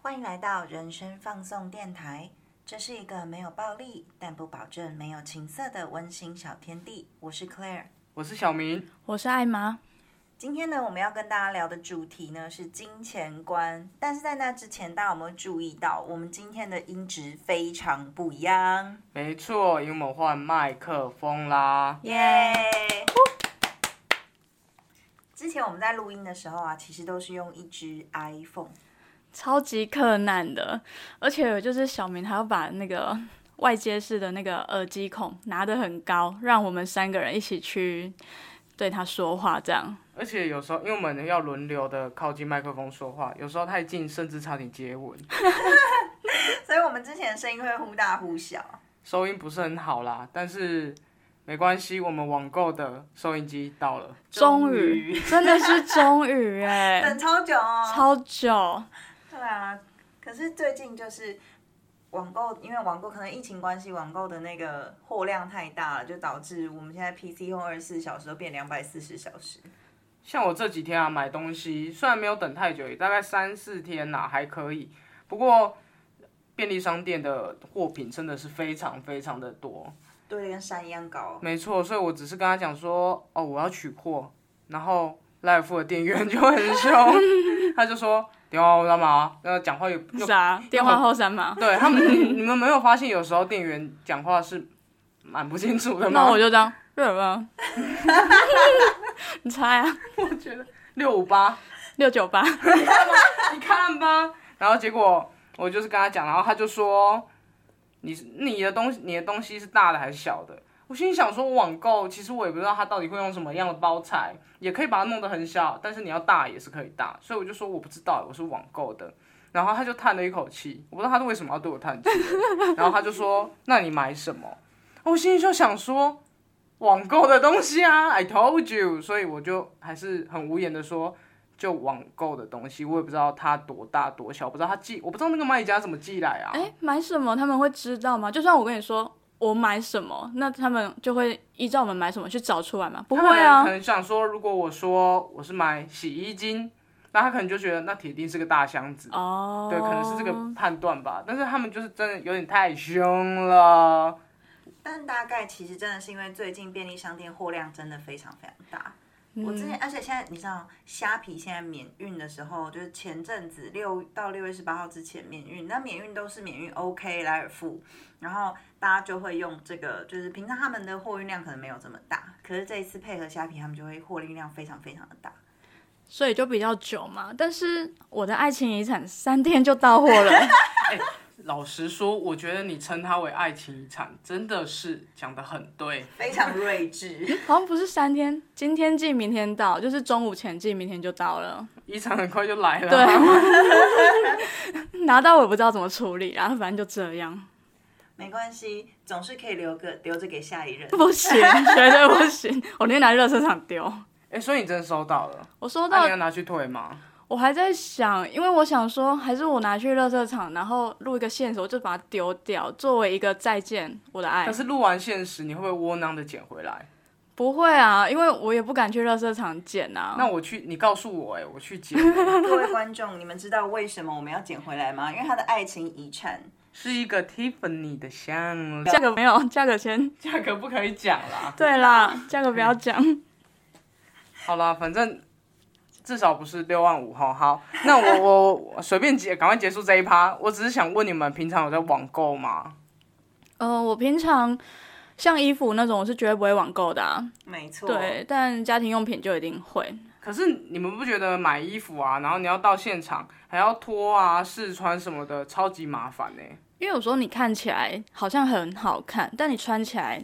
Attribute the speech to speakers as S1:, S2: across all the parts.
S1: 欢迎来到人生放送电台，这是一个没有暴力，但不保证没有情色的温馨小天地。我是 Claire。
S2: 我是小明，
S3: 我是艾玛，
S1: 今天呢，我们要跟大家聊的主题呢是金钱观，但是在那之前，大家有没有注意到，我们今天的音质非常不一样？
S2: 没错，因为我们换麦克风啦。
S1: 耶、之前我们在录音的时候啊，其实都是用一支 iPhone，
S3: 超级克难的，而且就是小明还要把那个外接式的那个耳机孔拿得很高，让我们三个人一起去对他说话，这样
S2: 而且有时候，因为我们要轮流的靠近麦克风说话，有时候太近甚至差点接吻，
S1: 所以我们之前的声音会忽大忽小。
S2: 收音不是很好啦。但是没关系，我们网购的收音机到了，
S3: 终于真的是终于 哎，
S1: 等超久哦，
S3: 超久，
S1: 对啊，可是最近就是网购，因为网购可能疫情关系，网购的那个货量太大了，就导致我们现在 PC 用二十四小时都变两百四十小时。
S2: 像我这几天啊，买东西虽然没有等太久，也大概三四天啦、还可以。不过便利商店的货品真的是非常非常的多，
S1: 对的，跟山一样高。
S2: 没错。所以我只是跟他讲说，哦，我要取货，然后赖尔夫的店员 就很凶，他就说电话干嘛？呃，讲话又又
S3: 啥电话后三码，
S2: 对他们，你们没有发现有时候店员讲话是蛮不清楚的吗？
S3: 那我就这样，热吧，你猜啊，
S2: 六五八。
S3: 六九八，
S2: 你看吧。然后结果我就是跟他讲，然后他就说，你你的东西你的东西是大的还是小的？我心里想说，网购其实我也不知道他到底会用什么样的包材，也可以把它弄得很小，但是你要大也是可以大，所以我就说我不知道，我是网购的。然后他就叹了一口气，我不知道他是为什么要对我叹气，然后他就说：“那你买什么？”我心里就想说，网购的东西啊，I told you，所以我就还是很无言的说，就网购的东西，我也不知道它多大多小，我不知道它寄，我不知道那个卖家怎么寄来啊。
S3: 哎，买什么他们会知道吗？就算我跟你说我买什么，那他们就会依照我们买什么去找出来吗？不
S2: 他
S3: 会
S2: 们
S3: 啊
S2: 可，能想说，如果我说我是买洗衣精，那他可能就觉得那铁定是个大箱子。
S3: 哦，
S2: 对，可能是这个判断吧，但是他们就是真的有点太凶了。
S1: 但大概其实真的是因为最近便利商店货量真的非常非常大。我之前，而且现在你知道，虾皮现在免运的时候，就是前阵子六到六月十八号之前免运，那免运都是免运 OK 莱尔富，然后大家就会用这个，就是平常他们的货运量可能没有这么大，可是这一次配合虾皮，他们就会货运量非常非常的大。
S3: 所以就比较久嘛。但是我的爱情遗产三天就到 货了，
S2: 老实说，我觉得你称它为爱情遗产，真的是讲的很对。
S1: 非常睿智。
S3: 好像不是三天，今天寄明天到，就是中午前寄，明天就到了。
S2: 遗产很快就来了。
S3: 对， 拿到我也不知道怎么处理，然后反正就这样，
S1: 没关系，总是可以留个留着给下一 任。
S3: 不 行，绝对不行，我宁愿拿去热车场丢。
S2: 哎、所以你真的收到了？
S3: 我收
S2: 那
S3: 到
S2: 你要拿去退吗？
S3: 我还在想，因为我想说，还是我拿去垃圾场，然后录一个线索，就把它丢掉，作为一个再见我的爱
S2: 但。是录完现实，你会不会窝囊的捡回来？
S3: 不会啊，因为我也不敢去垃圾场捡啊。
S2: 那我去，你告诉我、哎，我去 捡，
S1: 各位观众，你们知道为什么我们要捡回来吗？因为他的爱情遗产
S2: 是一个 Tiffany 的项链，
S3: 价格没有， 价 格先。
S2: 价格不可以讲啦。
S3: 对啦，价格不要讲。
S1: 嗯
S2: 好啦，反正至少不是六万五哈。好，那我我我随便结，赶快结束这一趴。我只是想问你们，平常有在网购吗？
S3: 呃，我平常像衣服那种，我是绝对不会网购的啊。
S1: 没错，
S3: 对，但家庭用品就一定会。
S2: 可是你们不觉得买衣服啊，然后你要到现场还要脱啊、试穿什么的，超级麻烦欸呢、
S3: 因为有时候你看起来好像很好看，但你穿起来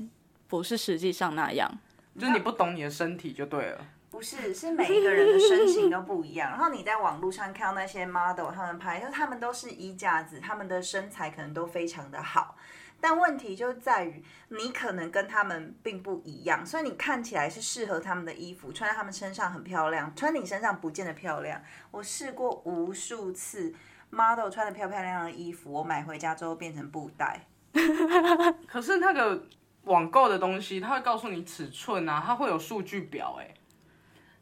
S3: 不是实际上那样。
S2: 就是你不懂你的身体就对了。
S1: 不是，是每一个人的身形都不一样。然后你在网络上看到那些 model 他们拍，就是他们都是衣架子，他们的身材可能都非常的好。但问题就在于，你可能跟他们并不一样，所以你看起来是适合他们的衣服，穿在他们身上很漂亮，穿你身上不见得漂亮。我试过无数次 model 穿的漂漂亮亮的衣服，我买回家之后变成布袋。
S2: 可是那个网购的东西，它会告诉你尺寸啊，它会有数据表、欸，哎，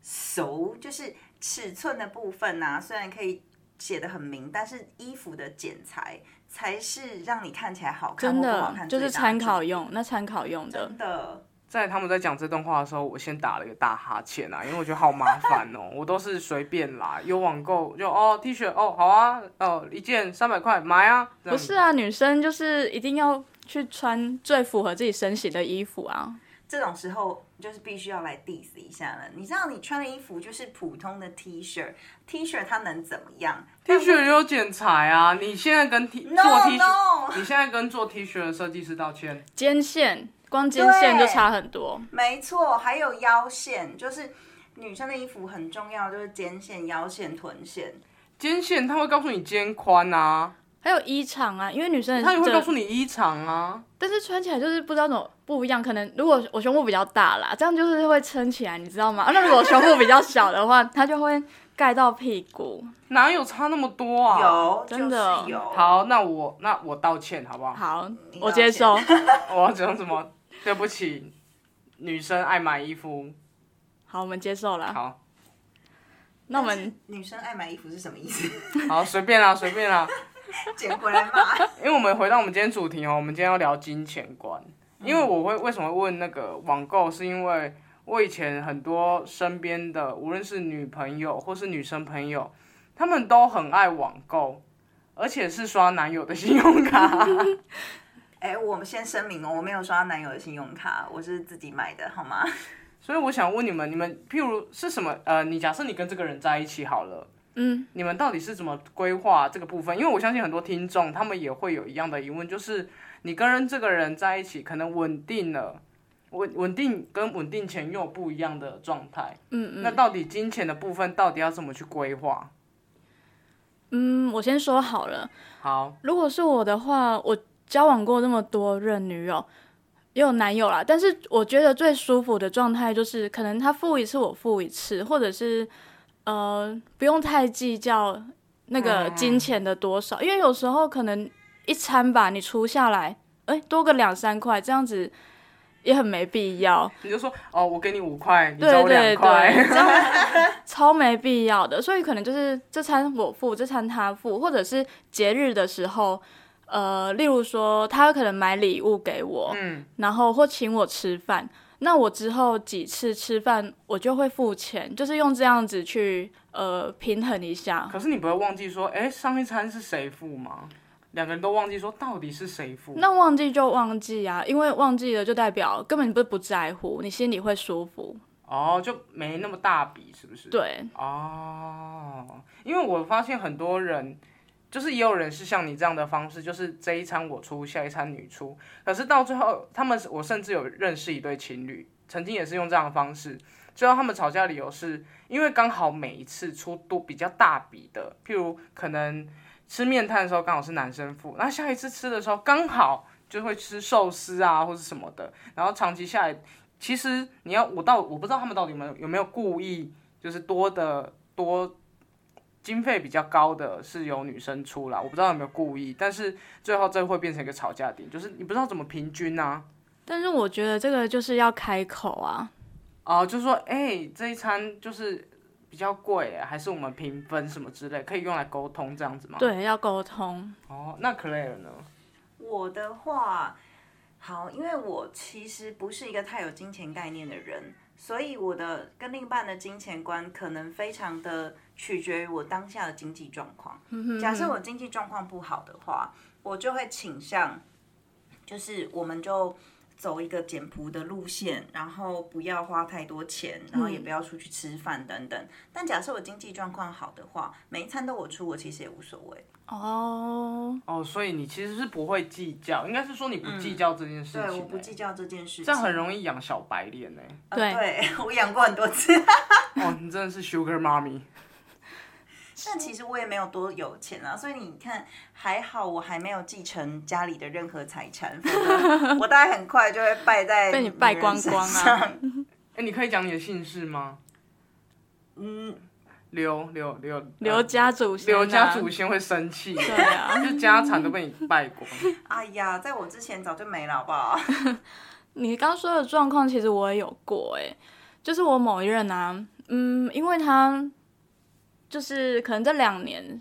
S1: 熟就是尺寸的部分呐、虽然可以写的很明，但是衣服的剪裁才是让你看起来好看或
S3: 真
S1: 不好
S3: 的
S1: 看
S3: 就
S1: 最
S3: 是
S1: 大的
S3: 参考
S1: 重
S3: 用，那参考用的
S1: 点。真的，
S2: 在他们在讲这段话的时候，我先打了一个大哈欠啊，因为我觉得好麻烦哦、我都是随便啦，有网购就哦 T 恤哦好啊，哦一件三百块买啊，这样
S3: 不是啊，女生就是一定要去穿最符合自己身形的衣服啊。
S1: 这种时候就是必须要来 diss 一下了。你知道你穿的衣服就是普通的 T 恤，T 恤它能怎么样
S2: T 恤也有剪裁啊，你现在跟 T 做
S1: ？No
S2: T 恤，
S1: No，
S2: 你现在跟做 T 恤的设计师道歉，
S3: 肩线，光肩线就差很多。
S1: 没错，还有腰线，就是女生的衣服很重要，就是肩线、腰线、臀线。
S2: 肩线它会告诉你肩宽啊，
S3: 还有衣长啊，因为女生也
S2: 它也
S3: 是
S2: 会
S3: 这
S2: 告诉你衣长啊，
S3: 但是穿起来就是不知道怎么不一样。可能如果我胸部比较大啦，这样就是会撑起来，你知道吗？啊那如果我胸部比较小的话，它就会盖到屁股。
S2: 哪有差那么多啊？
S1: 有，
S3: 哦真的
S1: 就是有。，
S2: 好，那我那我道歉好不好？
S3: 好，
S1: 你
S3: 我
S1: 道
S3: 接
S1: 歉
S3: 受。
S2: 我要讲什么？对不起，女生爱买衣服。
S3: 好，我们接受了。
S2: 好
S3: 那我们
S1: 女生爱买衣服是什么意思？
S2: 好随便啦，随便啦。
S1: 捡回来骂。
S2: 因为我们回到我们今天主题哦，我们今天要聊金钱观。因为我会为什么会问那个网购，是因为我以前很多身边的，无论是女朋友或是女生朋友，她们都很爱网购，而且是刷男友的信用卡。
S1: 哎、我们先声明哦，我没有刷男友的信用卡，我是自己买的，好吗？
S2: 所以我想问你们，你们譬如是什么？呃，你假设你跟这个人在一起好了，
S3: 嗯，
S2: 你们到底是怎么规划这个部分？因为我相信很多听众他们也会有一样的疑问，就是你跟这个人在一起，可能稳定了，稳稳定跟稳定前又有不一样的状态。嗯嗯。那到底金钱的部分到底要怎么去规划？
S3: 嗯，我先说好了。
S2: 好，
S3: 如果是我的话，我交往过那么多任女友，也有男友啦，但是我觉得最舒服的状态就是，可能他付一次我付一次，或者是呃不用太计较那个金钱的多少，因为有时候可能一餐吧，你除下来，哎、多个两三块，这样子也很没必要。
S2: 你就说哦，我给你五块，你
S3: 对
S2: 找我
S3: 对
S2: 两
S3: 对，
S2: 块。
S3: 这样超没必要的。所以可能就是这餐我付，这餐他付，或者是节日的时候，呃，例如说他可能买礼物给我，
S2: 嗯，
S3: 然后或请我吃饭，那我之后几次吃饭我就会付钱，就是用这样子去呃平衡一下。
S2: 可是你不会忘记说，哎，上一餐是谁付吗？两个人都忘记说到底是谁付。
S3: 那忘记就忘记啊，因为忘记了就代表根本不不在乎，你心里会舒服。
S2: 哦，就没那么大笔，是不是？
S3: 对，
S2: 哦，因为我发现很多人，就是也有人是像你这样的方式，就是这一餐我出，下一餐你出。可是到最后，他们我甚至有认识一对情侣，曾经也是用这样的方式。最后他们吵架的理由是因为刚好每一次出都比较大笔的，譬如可能吃面摊的时候刚好是男生付，那下一次吃的时候刚好就会吃寿司啊或是什么的，然后长期下来，其实你要我到我不知道他们到底有没有有没有故意就是多的多经费比较高的是由女生出啦，我不知道有没有故意，但是最后这会变成一个吵架点，就是你不知道怎么平均啊。
S3: 但是我觉得这个就是要开口啊，
S2: 哦、就是说，哎、这一餐就是比较贵，还是我们平分什么之类，可以用来沟通这样子吗？。
S3: 对，要沟通。
S2: 哦，那 Claire 呢？
S1: 我的话，好，因为我其实不是一个太有金钱概念的人，所以我的跟另一半的金钱观可能非常的取决于我当下的经济状况。
S2: 嗯
S1: 假设我经济状况不好的话，我就会倾向，就是我们就。走一个简朴的路线，然后不要花太多钱，然后也
S2: 嗯
S1: 不要出去吃饭等等。但假设我经济状况好的话，每一餐都我出，我其实也无所谓。
S3: 哦，
S2: 哦，所以你其实是不会计较，应该是说你不计较这件事情、
S1: 对，我不计
S2: 较，
S1: 较这件事情，
S2: 这样很容易养小白脸呢、
S3: 对
S1: 对 我养过很多 次，
S2: 哦，你真的是 Sugar Mommy。
S1: 但其实我也没有多有钱啊，所以你看，还好我还没有继承家里的任何财产，否则 我大概很快就会败在
S3: 被你败光光
S1: 女
S2: 呃
S3: 啊
S1: 人身上！
S2: 哎、你可以讲你的姓氏吗？
S1: 嗯，
S2: 刘刘刘
S3: 刘家祖先、啊，
S2: 刘家祖先会生气，
S3: 对啊，
S2: 就家产都被你败 光。
S1: 哎呀，在我之前早就没了，好不好？
S3: 你刚说的状况，其实我也有过、欸，哎，就是我某一任啊，嗯，因为他就是可能这两年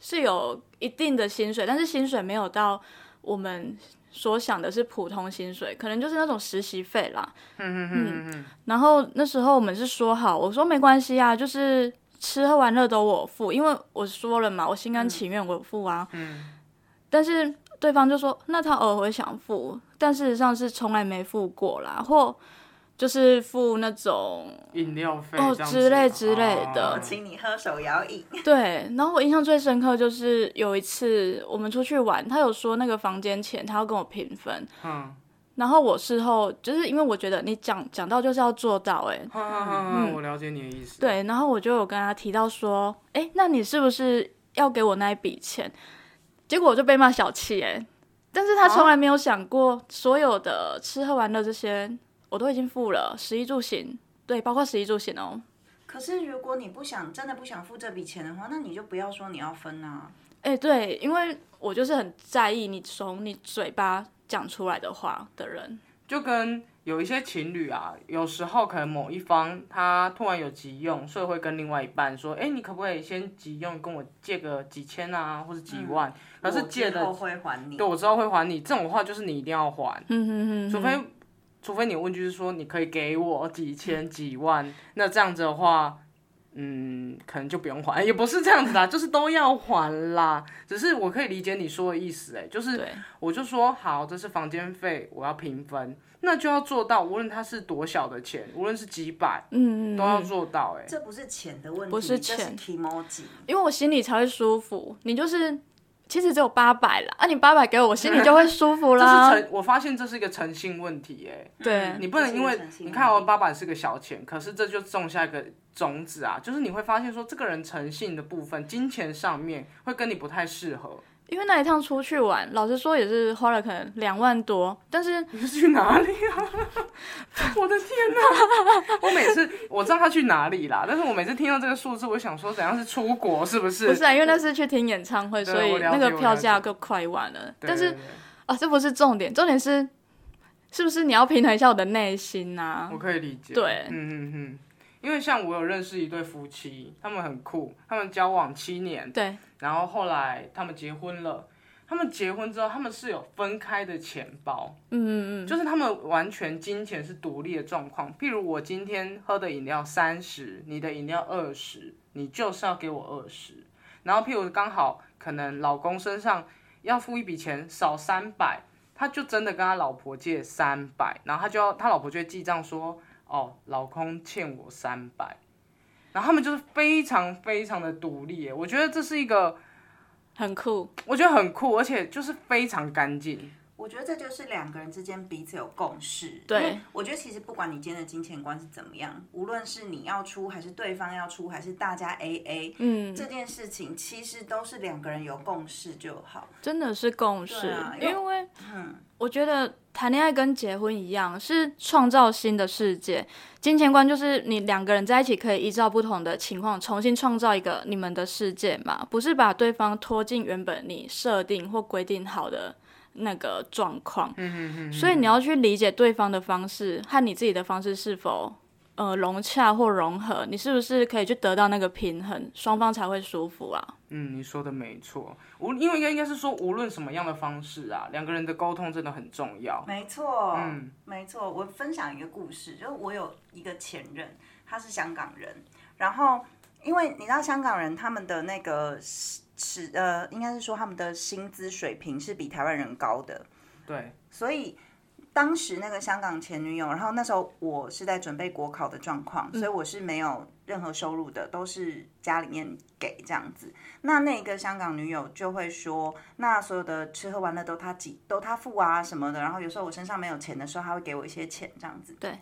S3: 是有一定的薪水，但是薪水没有到我们所想的是普通薪水，可能就是那种实习费啦。
S2: 嗯嗯嗯
S3: 然后那时候我们是说好，我说没关系啊，就是吃喝玩乐都我付，因为我说了嘛，我心甘情愿我付啊。
S2: 嗯，
S3: 但是对方就说，那他偶尔会想付，但事实上是从来没付过啦，或就是付那种
S2: 饮料费
S3: 哦
S2: 这样子哦
S3: 之类之类的
S1: 我请你喝手摇饮，
S3: 对，然后我印象最深刻就是有一次我们出去玩，他有说那个房间钱他要跟我平分，
S2: 嗯
S3: 然后我事后就是因为我觉得你讲讲到就是要做到、欸，哎，
S2: 嗯嗯嗯，我了解你的意思。，
S3: 对，然后我就有跟他提到说，哎、那你是不是要给我那一笔钱？结果我就被骂小气，哎，但是他从来没有想过所有的吃喝玩乐这些我都已经付了，食衣住行，对，包括食衣住行哦，
S1: 可是如果你不想真的不想付这笔钱的话，那你就不要说你要分啊。
S3: 哎、对，因为我就是很在意你从你嘴巴讲出来的话的人，
S2: 就跟有一些情侣啊，有时候可能某一方他突然有急用，所以会跟另外一半说：“哎、你可不可以先急用跟我借个几千啊，或者几万？”
S3: 嗯
S2: 可是借
S1: 我之
S2: 的
S1: 后，会还你
S2: 对，我之后会还你。这种话就是你一定要还，
S3: 嗯哼哼，
S2: 除非除非你问句是说你可以给我几千几万，那这样子的话，嗯，可能就不用还，也不是这样子啦，就是都要还啦。只是我可以理解你说的意思、哎，就是
S3: 对
S2: 我就说好，这是房间费，我要平分，那就要做到，无论它是多小的钱，无论是几百，
S3: 嗯，嗯
S2: 都要
S3: 嗯
S2: 做到、哎、
S1: 这不是钱的问题，
S3: 不是
S1: 这
S3: 钱
S1: 是 emoji。
S3: 因为我心里才会舒服。你就是其实只有八百啦，啊，你八百给我，我心里就会舒服啦。
S2: 这是诚，我发现这是一个诚信问题、哎。
S3: 对，
S2: 你不能因为你看哦，八百是个小钱，可是这就种下一个种子啊，就是你会发现说这个人诚信的部分，金钱上面会跟你不太适合。
S3: 因为那一趟出去玩，老实说也是花了可能两万多，但是
S2: 你是去哪里啊？ 我的天哪、我每次我知道他去哪里啦，但是我每次听到这个数字，我想说怎样是出国是不是？
S3: 不是啊，因为那是去听演唱会，
S2: 对
S3: 所以
S2: 我了解
S3: 那个票价就快一万了。
S2: 对
S3: 但是
S2: 对对
S3: 啊，这不是重点，重点是是不是你要平衡一下我的内心呐、
S2: 我可以理解。
S3: 啊对
S2: 嗯嗯嗯，因为像我有认识一对夫妻，他们很酷，他们交往七年。
S3: 对，
S2: 然后后来他们结婚了，他们结婚之后他们是有分开的钱包，
S3: 嗯嗯
S2: 就是他们完全金钱是独立的状况。譬如我今天喝的饮料三十，你的饮料二十，你就是要给我二十。然后譬如刚好可能老公身上要付一笔钱少三百，他就真的跟他老婆借三百，然后他就要他老婆就会记账说，哦，老公欠我三百。然后他们就是非常非常的独立耶，我觉得这是一个
S3: 嗯，很酷。
S2: 我觉得很酷，而且就是非常干净。
S1: 我觉得这就是两个人之间彼此有共识。
S3: 对
S1: 因为我觉得其实不管你今天的金钱观是怎么样，无论是你要出，还是对方要出，还是大家 A A，、
S3: 嗯，
S1: 这件事情其实都是两个人有共识就好。
S3: 真的是共识，
S1: 对啊因为
S3: 因为
S1: 嗯，
S3: 我觉得谈恋爱跟结婚一样，是创造新的世界。金钱观就是你两个人在一起，可以依照不同的情况重新创造一个你们的世界嘛，不是把对方拖进原本你设定或规定好的那个状况。
S2: 嗯嗯
S3: 所以你要去理解对方的方式和你自己的方式是否呃融洽或融合，你是不是可以去得到那个平衡，双方才会舒服啊？
S2: 嗯，你说的没错。无因为应该应该是说，无论什么样的方式啊，两个人的沟通真的很重要。
S1: 没错，
S2: 嗯
S1: 没错。我分享一个故事，就是我有一个前任，他是香港人，然后因为你知道香港人他们的那个是是呃，应该是说他们的薪资水平是比台湾人高的，
S2: 对，
S1: 所以当时那个香港前女友，然后那时候我是在准备国考的状况，所以我是没有任何收入的，都是家里面给这样子。那那个香港女友就会说，那所有的吃喝玩乐都她几都她付啊什么的，然后有时候我身上没有钱的时候，她会给我一些钱这样子。
S3: 对。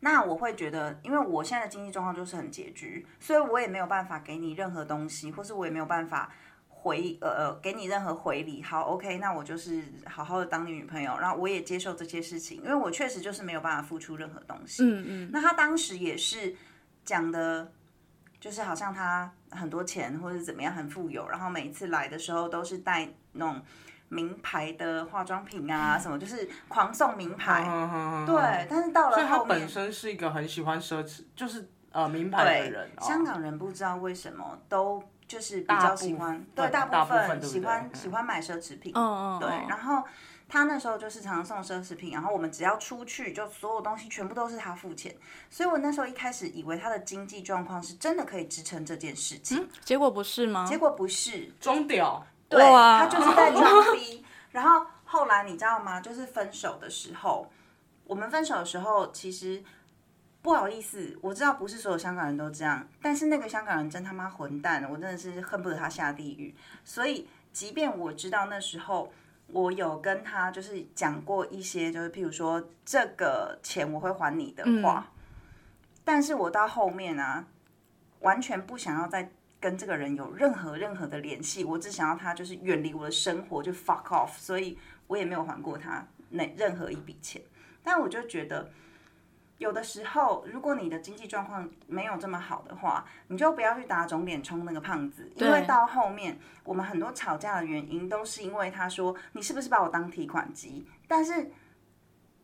S1: 那我会觉得，因为我现在的经济状况就是很拮据，所以我也没有办法给你任何东西，或是我也没有办法回呃呃给你任何回礼。好，OK，那我就是好好的当你女朋友，然后我也接受这些事情，因为我确实就是没有办法付出任何东西。
S3: 嗯嗯，
S1: 那他当时也是讲的，就是好像他很多钱或者怎么样很富有，然后每一次来的时候都是带那种名牌的化妆品啊什么，就是狂送名牌。
S2: 嗯哼哼
S1: 对，但是到
S2: 所以
S1: 了
S2: 他
S1: 后
S2: 本
S1: 面，
S2: 身是一个很喜欢奢侈，就是呃名牌的
S1: 对
S2: 人。，哦
S1: 香港人不知道为什么都就是比较喜欢，
S2: 大部分
S1: 对大
S2: 大
S1: 部
S2: 部分对
S1: 分
S2: 不对
S1: 喜欢
S2: 嗯
S1: 喜欢买奢侈品。
S3: 嗯嗯，
S1: 对
S3: 嗯，
S1: 然后他那时候就是常常送奢侈品，然后我们只要出去，就所有东西全部都是他付钱。所以我那时候一开始以为他的经济状况是真的可以支撑这件事
S2: 嗯
S1: 情，
S3: 结果不是吗？
S1: 结果不是，
S2: 装屌，
S1: 对
S3: 哇
S1: 他就是在装逼。然后后来你知道吗？就是分手的时候，我们分手的时候其实。不好意思，我知道不是所有香港人都这样，但是那个香港人真他妈混蛋，我真的是恨不得他下地狱。所以，即便我知道那时候我有跟他就是讲过一些，就是譬如说这个钱我会还你的话，但是我到后面啊，完全不想要再跟这个人有任何任何的联系，我只想要他就是远离我的生活，就 fuck off，所以我也没有还过他那任何一笔钱。但我就觉得，有的时候如果你的经济状况没有这么好的话，你就不要去打肿脸充那个胖子，因为
S3: 对
S1: 到后面我们很多吵架的原因都是因为他说你是不是把我当提款机，但是。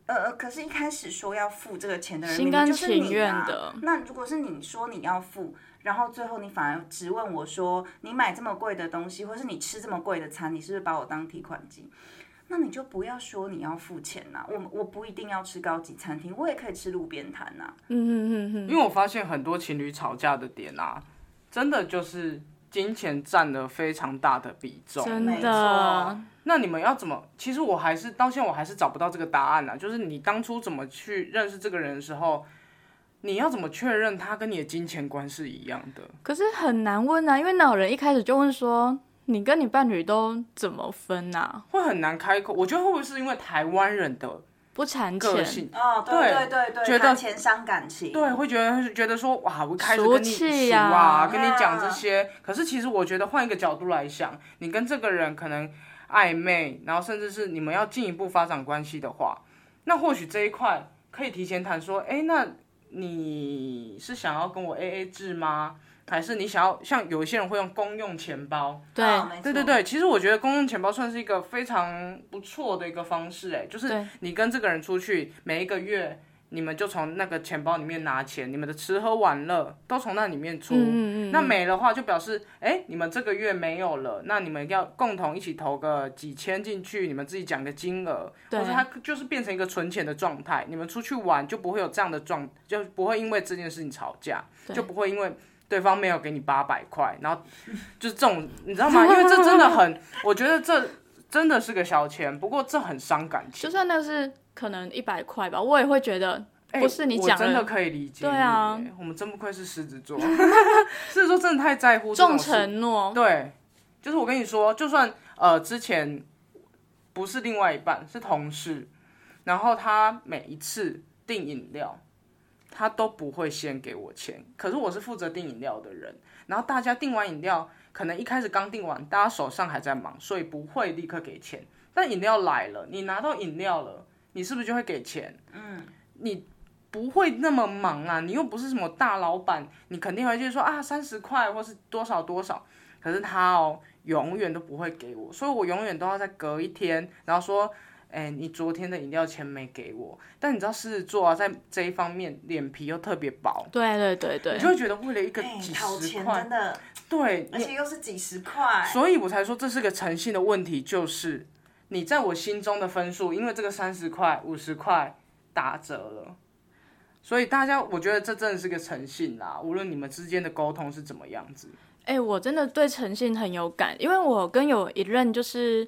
S1: 呃，呃，可是，一开始说要付这个钱的人，
S3: 心
S1: 明明
S3: 甘
S1: 就是你
S3: 情愿
S1: 啊
S3: 的
S1: 那如果是你说你要付，然后最后你反而质问我说，你买这么贵的东西，或是你吃这么贵的餐，你是不是把我当提款机？那你就不要说你要付钱呐、我我不一定要吃高级餐厅，我也可以吃路边摊呐、
S3: 嗯嗯嗯
S2: 因为我发现很多情侣吵架的点啊，真的就是金钱占了非常大的比重。
S3: 真
S1: 没
S3: 的
S1: 错，
S2: 那你们要怎么？其实我还是到现在我还是找不到这个答案啊。就是你当初怎么去认识这个人的时候，你要怎么确认他跟你的金钱观是一样的？
S3: 可是很难问啊，因为那有人一开始就问说，你跟你伴侣都怎么分啊呐？
S2: 会很难开口。我觉得会不会是因为台湾人的
S3: 不缠
S2: 个
S3: 钱，
S2: 性？
S1: 哦，对
S2: 对
S1: 对对对，
S2: 觉得
S1: 谈钱伤感情，
S2: 对，会觉得觉得说哇，我一开始跟你
S3: 俗气呀
S2: 熟啊，跟你讲这
S1: 啊
S2: 些。可是其实我觉得换一个角度来想，你跟这个人可能暧昧，然后甚至是你们要进一步发展关系的话，那或许这一块可以提前谈说，哎，那你是想要跟我 A A 制吗？还是你想要像有一些人会用公用钱包？
S3: 对
S1: 哦没错
S2: 对对对，其实我觉得公用钱包算是一个非常不错的一个方式，哎，就是
S3: 对
S2: 你跟这个人出去，每一个月你们就从那个钱包里面拿钱，你们的吃喝玩乐都从那里面出。
S3: 嗯嗯嗯
S2: 那没的话，就表示哎，你们这个月没有了，那你们要共同一起投个几千进去，你们自己讲个金额，或
S3: 对
S2: 者它就是变成一个存钱的状态。你们出去玩就不会有这样的状，就不会因为这件事情吵架，
S3: 对
S2: 就不会因为对方没有给你八百块，然后就是这种，你知道吗？因为这真的很，我觉得这真的是个消遣，不过这很伤感情
S3: 就。算那是可能一百块吧，我也会觉得
S2: 哎
S3: 不是你讲
S2: 我真的
S3: 的
S2: 可以理解。
S3: 对啊，
S2: 我们真不愧是狮子座， 狮子座真的太在乎这
S3: 重
S2: 种事
S3: 承诺，
S2: 对，就是我跟你说，就算呃之前不是另外一半，是同事，然后他每一次订饮料，他都不会先给我钱，可是我是负责订饮料的人，然后大家订完饮料，可能一开始刚订完，大家手上还在忙，所以不会立刻给钱。但饮料来了，你拿到饮料了，你是不是就会给钱？嗯，你不会那么忙啊，你又不是什么大老板，你肯定会去说啊三十块或是多少多少。可是他哦，永远都不会给我，所以我永远都要在隔一天，然后说，哎、你昨天的饮料钱没给我。但你知道狮子座啊，在这一方面脸皮又特别薄，
S3: 对对对对
S2: 你就会觉得为了一个
S1: 哎，
S2: 几
S1: 讨
S2: 十
S1: 钱
S2: 块，
S1: 真的，
S2: 对，
S1: 而
S2: 你
S1: 且又是几十块，
S2: 所以我才说这是个诚信的问题，就是你在我心中的分数，因为这个三十块、五十块打折了，所以大家我觉得这真的是个诚信啦。无论你们之间的沟通是怎么样子，
S3: 哎、我真的对诚信很有感，因为我跟有一任就是，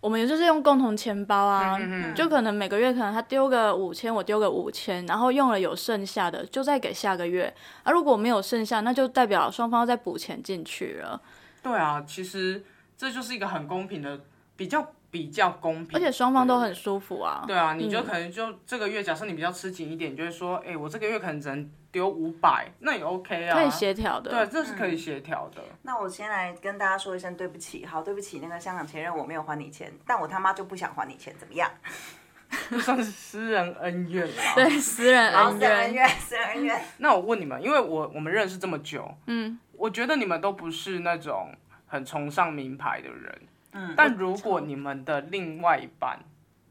S3: 我们也就是用共同钱包啊，
S2: 嗯
S3: 就可能每个月可能他丢个五千，我丢个五千，然后用了有剩下的就再给下个月，啊，如果没有剩下，那就代表双方要再补钱进去了，
S2: 对啊，其实这就是一个很公平的，比较比较公平，
S3: 而且双方都很舒服啊。
S2: 对啊，你就可能就这个月，假设你比较吃紧一点，你就会说，哎、我这个月可能只能丢五百，那也 OK 啊，
S3: 可以协调的，
S2: 对，这是可以协调 的。
S1: 那我先来跟大家说一声对不起，好，对不起，那个香港前任我没有还你钱，但我他妈就不想还你钱，怎么样？
S2: 算是私人恩怨啦。
S3: 对，私人
S1: 然后
S3: 恩
S1: 私人恩
S3: 怨，
S1: 怨，私人恩 怨，
S2: 那我问你们，因为我我们认识这么久，
S3: 嗯，
S2: 我觉得你们都不是那种很崇尚名牌的人。
S1: 嗯
S2: 但如果你们的另外一半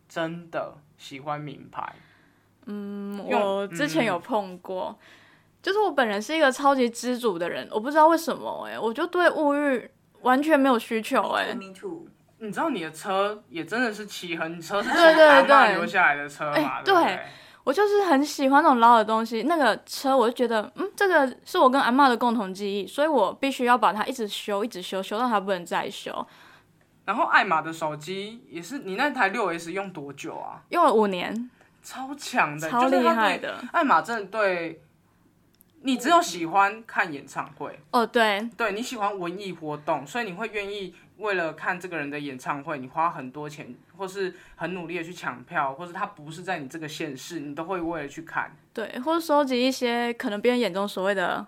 S2: 真的喜欢名牌，
S3: 嗯
S2: 用
S3: 我之
S2: 嗯
S3: 前有碰过，就是我本人是一个超级知足的人，我不知道为什么哎、我就对物欲完全没有需求哎、
S1: ，me too，
S2: 你知道你的车也真的是骑很车是骑
S3: 对对
S2: 阿妈
S3: 对
S2: 留下来的车嘛？
S3: 哎
S2: 对不
S3: 对我就是很喜欢那种老的东西，那个车我就觉得，嗯，这个是我跟阿嬷的共同记忆，所以我必须要把它一直修，一直修，修到它不能再修，
S2: 然后爱玛的手机也是，你那台六 S 用多久啊？
S3: 用了五年，
S2: 超强的，
S3: 超厉害
S2: 的。
S3: 的。
S2: 爱玛真的对，你只有喜欢看演唱会，
S3: 哦，对，
S2: 对你喜欢文艺活动，所以你会愿意为了看这个人的演唱会，你花很多钱，或是很努力的去抢票，或是他不是在你这个县市，你都会为了去看。
S3: 对，或者收集一些可能别人眼中所谓的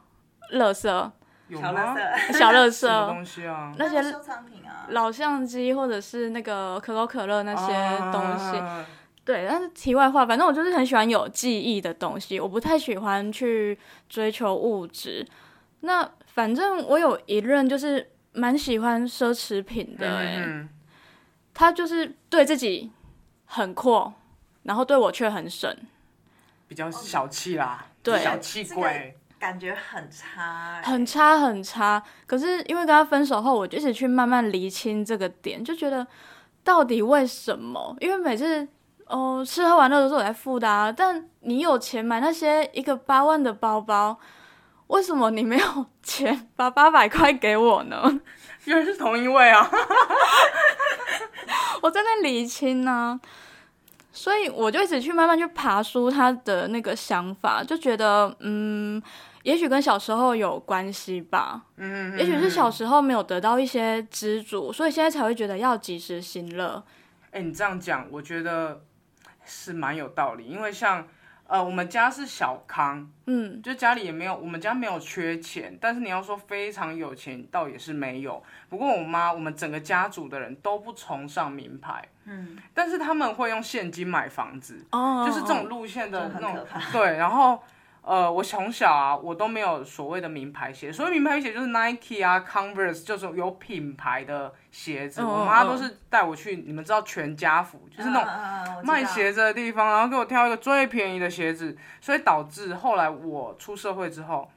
S3: 垃 圾、
S2: 有
S1: 小垃
S2: 吗？
S1: 圾，
S3: 小垃
S2: 什么
S3: 圾、
S2: 东西啊？
S3: 那些
S1: 收藏品啊，
S3: 老相机，或者是那个可口可乐那些东西。
S2: 啊
S3: 对，但是题外话，反正我就是很喜欢有记忆的东西，我不太喜欢去追求物质。那反正我有一任就是蛮喜欢奢侈品的、欸，
S2: 嗯
S3: 他就是对自己很阔，然后对我却很省。
S2: 比较小气啦，
S3: 对
S2: 小气鬼。
S1: 感觉很差欸，
S3: 很差很差。可是因为跟他分手后，我就一直去慢慢厘清这个点，就觉得到底为什么？因为每次哦吃喝玩乐都是我在付的啊，但你有钱买那些一个八万的包包，为什么你没有 钱把八百块给我呢？
S2: 原来是同一位啊！
S3: 我在那厘清呢、所以我就一直去慢慢去爬书他的那个想法，就觉得嗯，也许跟小时候有关系吧。
S2: 嗯，
S3: 也许是小时候没有得到一些知足，所以现在才会觉得要及时行乐。
S2: 哎、你这样讲，我觉得是蛮有道理，因为像呃，我们家是小康，
S3: 嗯，
S2: 就家里也没有，我们家没有缺钱，但是你要说非常有钱，倒也是没有。不过我妈，我们整个家族的人都不崇尚名牌，
S1: 嗯，
S2: 但是他们会用现金买房子，
S3: 哦
S2: 就是这种路线的
S1: 就
S2: 那
S1: 很
S2: 种
S1: 可怕
S2: 对，然后呃，我从小啊，我都没有所谓的名牌鞋，所谓名牌鞋就是 Nike 啊、Converse，就是有品牌的鞋
S1: 哦
S2: 子。
S3: 嗯
S2: 我
S3: 嗯
S2: 妈
S3: 嗯
S2: 都是带我去，你们知道全家福，
S1: 嗯
S2: 就是那种
S1: 种
S2: 卖鞋子的地方，然后给我挑一个最便宜的鞋子，所以导致后来我出社会之后，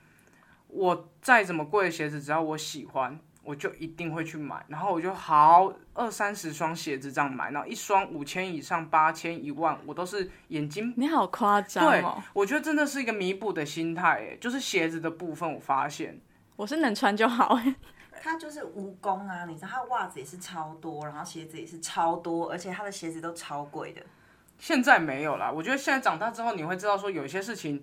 S2: 我再怎么贵的鞋子，只要我喜欢，我就一定会去买，然后我就好二三十双鞋子这样买，然后一双五千以上、八千、一万，我都是眼睛。
S3: 你好夸张
S2: 对
S3: 哦！，
S2: 我觉得真的是一个弥补的心态，哎，就是鞋子的部分，我发现，
S3: 我是能穿就好。
S1: 他就是蜈蚣啊，你知道他袜子也是超多，然后鞋子也是超多，而且他的鞋子都超贵的。
S2: 现在没有啦。我觉得现在长大之后，你会知道说有些事情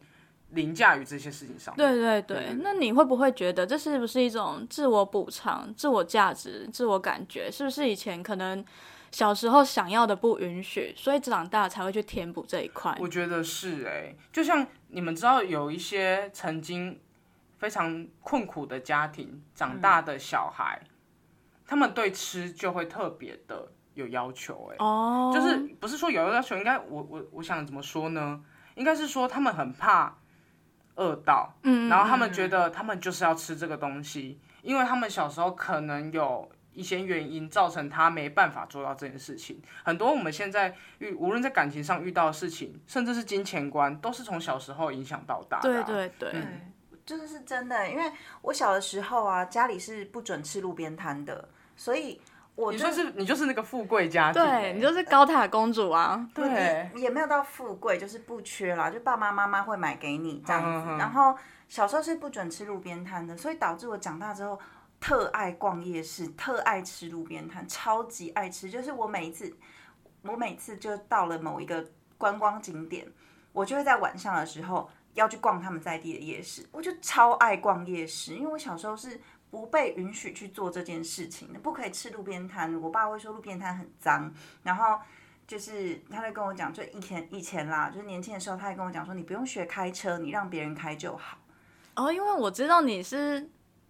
S2: 凌驾于这些事情上。
S3: 对对对，那你会不会觉得这是不是一种自我补偿、自我价值、自我感觉？是不是以前可能小时候想要的不允许，所以长大才会去填补这一块？
S2: 我觉得是哎、就像你们知道有一些曾经非常困苦的家庭长大的小孩，他们对吃就会特别的有要求哎、
S3: 哦，
S2: 就是不是说有要求，应该我我我想怎么说呢？应该是说他们很怕饿到，
S3: 嗯，
S2: 然后他们觉得他们就是要吃这个东西，因为他们小时候可能有一些原因造成他没办法做到这件事情。很多我们现在遇，无论在感情上遇到的事情，甚至是金钱观，都是从小时候影响到大的、
S3: 对
S2: 啊。
S3: 对对，
S1: 这个是真的，因为我小的时候啊，家里是不准吃路边摊的，所以我
S2: 你
S1: 就
S2: 说是你就是那个富贵家庭、欸
S3: 对你就是高塔公主啊，
S1: 不
S2: 对
S1: 也没有到富贵，就是不缺啦，就爸爸妈妈会买给你这样子。
S2: 嗯嗯嗯
S1: 然后小时候是不准吃路边摊的，所以导致我长大之后特爱逛夜市，特爱吃路边摊，超级爱吃。就是我每一次，我每次就到了某一个观光景点，我就会在晚上的时候要去逛他们在地的夜市，我就超爱逛夜市，因为我小时候是。不被允许去做这件事情的，不可以吃路边摊。我爸会说路边摊很脏，然后就是他在跟我讲，就以前以前啦，就是年轻的时候，他也跟我讲说，你不用学开车，你让别人开就好。
S3: 哦，因为我知道你是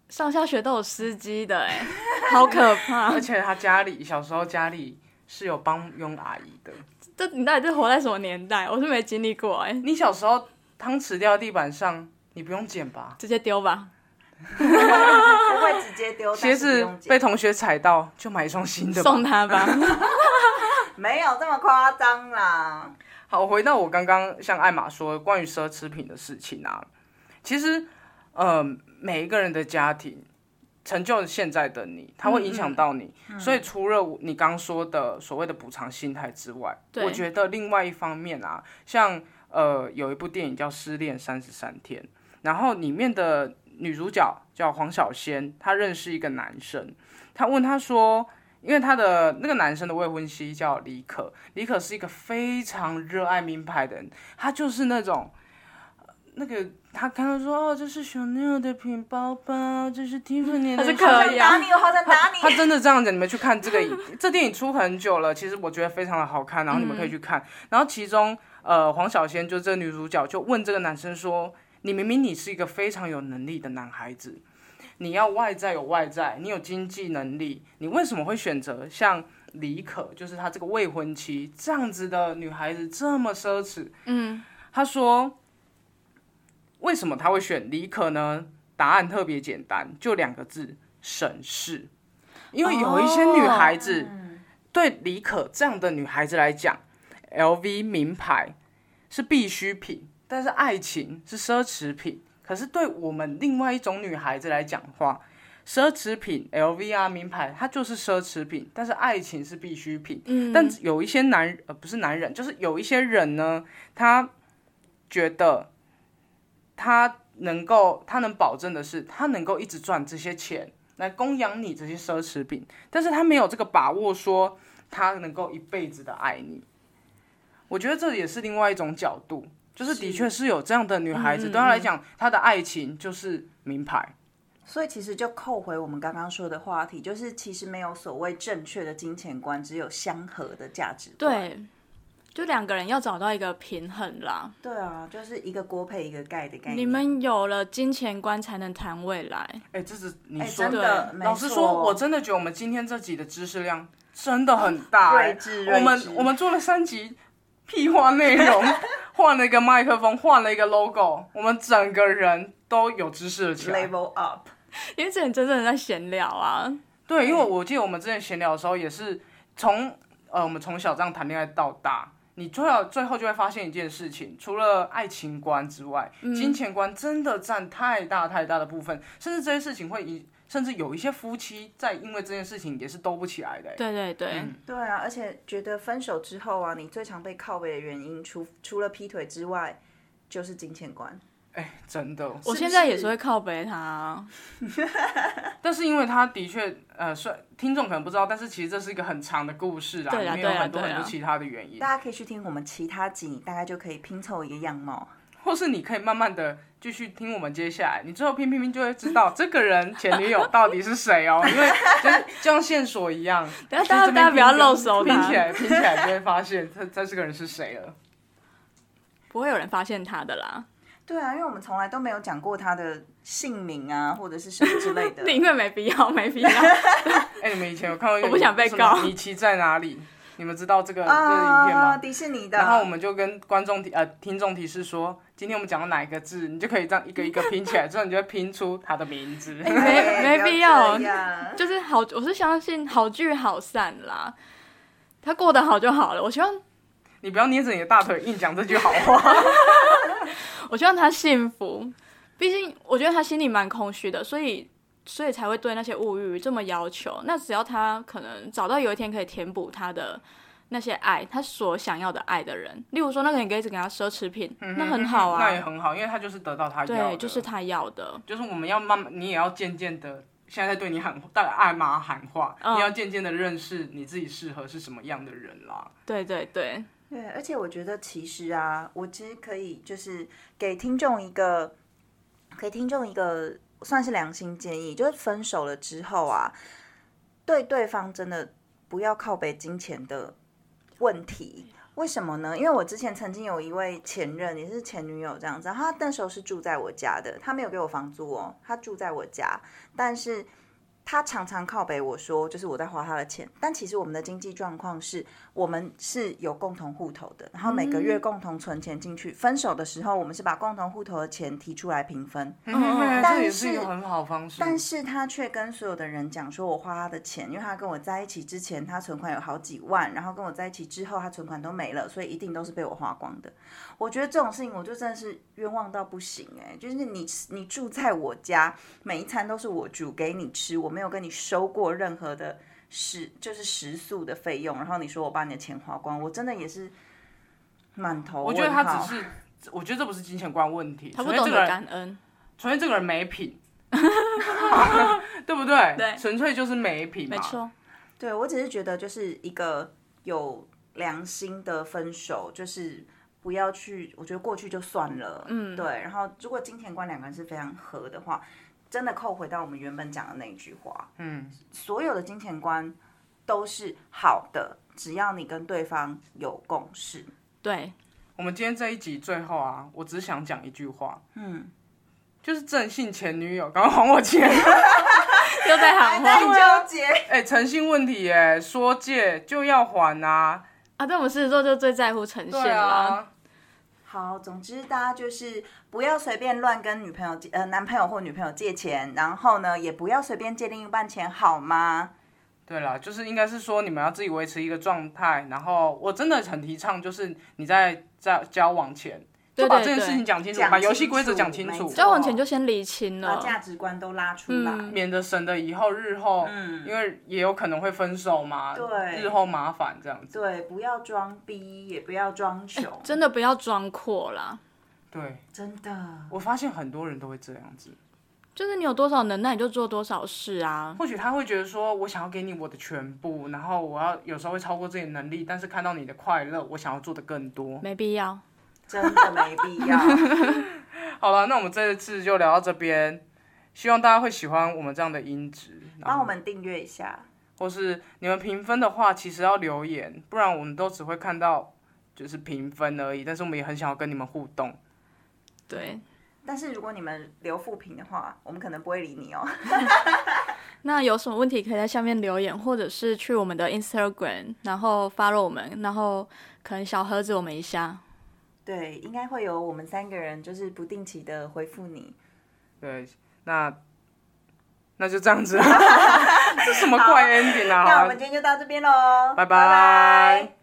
S3: 上下学都有司机的，哎，好可怕
S2: 而！且他家里小时候家里是有帮佣阿姨的，
S3: 这你到底是活在什么年代？我是没经历过哎、
S2: 你小时候汤匙掉地板上，你不用捡吧？
S3: 直接丢吧。
S1: 不会直接丢，
S2: 鞋
S1: 但啊是不
S2: 子
S1: 用剪
S2: 被同学踩到，就买一双新的吧。
S3: 送他吧，
S1: 没有这么夸张啦。
S2: 好，回到我刚刚向艾玛说关于奢侈品的事情啊，其实，呃，每一个人的家庭成就现在的你，它会影响到你，所以除了我你刚说的所谓的补偿心态之外，
S3: 对
S2: 我觉得另外一方面啊，像呃有一部电影叫《失恋三十三天》，然后里面的女主角叫黄小仙，她认识一个男生，她问他说。因为她的那个男生的未婚妻叫李可，李可是一个非常热爱名牌的人，他就是那种，呃那个他看到说哦，这是 Chanel 的品包包，这是 Tiffany 的，
S3: 他是
S1: 好
S3: 可
S1: 想
S3: 以
S1: 打
S3: 啊。
S1: 你，我哦好想打
S2: 他
S1: 你。
S2: 真的这样子，你们去看这个影这电影出很久了，其实我觉得非常的好看，然后你们可以去看。然后其中呃，黄小仙就这个女主角就问这个男生说：“你明明你是一个非常有能力的男孩子，你要外在有外在，你有经济能力，你为什么会选择像李可，就是她这个未婚妻这样子的女孩子这么奢侈？”
S3: 嗯，
S2: 他说：“为什么他会选李可呢？答案特别简单，就两个字：省事。因为有一些女孩子、对李可这样的女孩子来讲，LV 名牌是必需品，但是爱情是奢侈品。可是对我们另外一种女孩子来讲的话，奢侈品 LV 啊名牌它就是奢侈品，但是爱情是必需品。
S3: 嗯
S2: 但有一些男呃不是男人，就是有一些人呢，他觉得他能够他能保证的是，他能够一直赚这些钱来供养你这些奢侈品，但是他没有这个把握说他能够一辈子的爱你。我觉得这也是另外一种角度，就是的确是有这样的女孩子，对她来讲，她的爱情就是名牌。
S1: 所以其实就扣回我们刚刚说的话题，就是其实没有所谓正确的金钱观，只有相合的价值观。
S3: 对，就两个人要找到一个平衡啦。
S1: 对对啊，就是一个锅配一个盖的概念。
S3: 你们有了金钱观，才能谈未来。
S2: 哎、这是你
S1: 哎、
S2: 说
S1: 真
S2: 的。
S1: 的，
S2: 老实说，我真的觉得我们今天这集的知识量真的很大、哎
S1: 啊睿智睿智
S2: 我们我们做了三集屁话内容， 换了一个麦克风，换了一个 logo，我们整个人都有知识了起来。
S1: level up。
S3: 因为之前真正的在闲聊啊，
S2: 对，因为我记得我们之前闲聊的时候，也是从呃我们从小这样谈恋爱到大，你最后最后就会发现一件事情，除了爱情观之外，
S1: 嗯
S2: 金钱观真的占太大太大的部分，甚至这些事情会影，甚至有一些夫妻在因为这件事情也是兜不起来的、欸。
S3: 对对对，
S1: 对啊，而且觉得分手之后啊，你最常被靠背的原因，除除了劈腿之外，就是金钱观。
S2: 哎，真的，
S3: 我
S1: 是不
S3: 现在也
S1: 是
S3: 是会靠北他、啊。
S2: 但是因为他的确，呃，虽听众可能不知道，但是其实这是一个很长的故事啦，
S3: 对
S2: 里
S3: 啊
S2: 面有
S3: 对啊
S2: 很多
S3: 对啊
S2: 很多其他的原因，
S1: 大家可以去听我们其他集，你大概就可以拼凑一个样貌。
S2: 或是你可以慢慢的继续听我们接下来，你最后拼拼拼就会知道这个人前女友到底是谁 哦，因为就是就像线索一样，
S3: 等
S2: 就
S3: 下大
S2: 是
S3: 家
S2: 这边
S3: 大家不要
S2: 拼
S3: 露手
S2: 拼
S3: 他
S2: 起，来拼起来就会发现他他这个人是谁 了。
S3: 不会有人发现他的啦。
S1: 对啊，因为我们从来都没有讲过他的姓名啊，或者是什么之类 的。
S3: 宁愿没必要，没必要。
S2: 哎，你们以前有看过一个
S3: 我不想被
S2: 什么
S3: 告
S2: 米奇在哪里？你们知道这个这个影片吗
S1: 啊，？迪士尼的。
S2: 然后我们就跟观众提呃听众提示说，今天我们讲到哪一个字，你就可以这样一个一个拼起来，之后你就会拼出他的名字。
S1: 哎
S3: 没没
S1: 不
S3: 必
S1: 要
S3: 要
S1: 这样。
S3: 就是好，我是相信好聚好散啦。他过得好就好了。我希望，
S2: 你不要捏着你的大腿硬讲这句好话。
S3: 我希望他幸福。毕竟我觉得他心里蛮空虚的，所以所以才会对那些物欲这么要求。那只要他可能找到有一天可以填补他的那些爱，他所想要的爱的人，例如说那个人可以一直给他奢侈品，那 很好
S2: 嗯那也
S3: 啊。
S2: 很好，因为他就是得到他要的。
S3: 对，就是他要的。
S2: 就是我们要慢慢，你也要渐渐的，现在在对你喊大爱妈喊话，
S3: 嗯
S2: 你要渐渐的认识你自己适合是什么样的人啦。
S3: 对对对，
S1: 对，而且我觉得其实啊，我其实可以就是给听众一个，给听众一个算是良心建议，就是分手了之后啊，对对方真的不要靠背金钱的问题。为什么呢？因为我之前曾经有一位前任，也是前女友这样子，她那时候是住在我家的，她没有给我房租哦，她住在我家，但是他常常靠北我说，就是我在花他的钱，但其实我们的经济状况是，我们是有共同户头的，然后每个
S2: 嗯
S1: 月共同存钱进去。分手的时候，我们是把共同户头的钱提出来平分，
S2: 嗯
S1: 但
S2: 这也是一个
S1: 是
S2: 很好的方式。
S1: 但是他却跟所有的人讲说，我花他的钱，因为他跟我在一起之前，他存款有好几万，然后跟我在一起之后，他存款都没了，所以一定都是被我花光的。我觉得这种事情，我就真的是冤枉到不行哎、就是你你住在我家，每一餐都是我煮给你吃，我没有跟你收过任何的食就是食宿的费用，然后你说我把你的钱花光，我真的也是满头
S2: 我觉得他
S1: 问号
S2: 只是，我觉得这不是金钱观问题，
S3: 他
S2: 纯
S3: 不
S2: 粹
S3: 懂
S2: 这个
S3: 得
S2: 人，
S3: 感恩，
S2: 纯粹这个人没品，对不对？
S3: 对
S2: 纯粹就是没品嘛。
S3: 没错，
S1: 对，我只是觉得就是一个有良心的分手，就是不要去，我觉得过去就算了，嗯，对。然后如果金钱观两个人是非常合的话，真的扣回到我们原本讲的那一句话，
S2: 嗯，
S1: 所有的金钱观都是好的，只要你跟对方有共识。
S3: 对，
S2: 我们今天这一集最后啊，我只想讲一句话，嗯，就是郑信前女友，赶快还我钱！
S3: 又在喊
S1: 那你
S3: 话
S1: 纠结，
S2: 哎、诚信问题耶，说借就要还啊，
S3: 啊！对，我们狮子座就最在乎呈
S2: 对
S3: 现啦。
S2: 啊，
S1: 好，总之大家就是不要随便乱跟女朋友借呃男朋友或女朋友借钱，然后呢也不要随便借另一半钱，好吗？
S2: 对啦，就是应该是说你们要自己维持一个状态，然后我真的很提倡，就是你在在交往前就
S3: 对
S2: 把
S3: 对
S2: 这件
S3: 对
S2: 事情讲清楚，
S1: 讲
S2: 把
S1: 清
S2: 游戏规则
S1: 楚
S2: 讲清
S1: 没
S2: 楚，
S1: 错
S3: 交往前就先理清
S1: 把
S3: 了，
S1: 价值观都拉出来。
S3: 嗯
S2: 免得省得以后日后，因为也有可能会分手嘛，
S1: 嗯对
S2: 日后麻烦这样子。
S1: 对，不要装逼，也不要装穷、
S3: 真的不要装阔啦。
S2: 对，
S1: 真的。
S2: 我发现很多人都会这样子，
S3: 就是你有多少能耐，你就做多少事啊。
S2: 或许他会觉得说，我想要给你我的全部，然后我要有时候会超过自己的能力，但是看到你的快乐，我想要做的更多。
S3: 没必要。
S1: 真的没必要。
S2: 好了，那我们这一次就聊到这边，希望大家会喜欢我们这样的音质，然
S1: 帮我
S2: 后
S1: 们订阅一下，
S2: 或是你们评分的话，其实要留言，不然我们都只会看到就是评分而已，但是我们也很想要跟你们互动。
S3: 对，
S1: 但是如果你们留负评的话，我们可能不会理你哦。
S3: 那有什么问题可以在下面留言，或者是去我们的 Instagram，然后 follow 我们，然后可能小盒子我们一下。
S1: 对，应该会有我们三个人就是不定期的回复你。
S2: 对，那那就这 样子，这什么怪 ending 啊？
S1: 那
S2: 好
S1: 我们今天就到这边喽，
S2: 拜拜
S1: 拜拜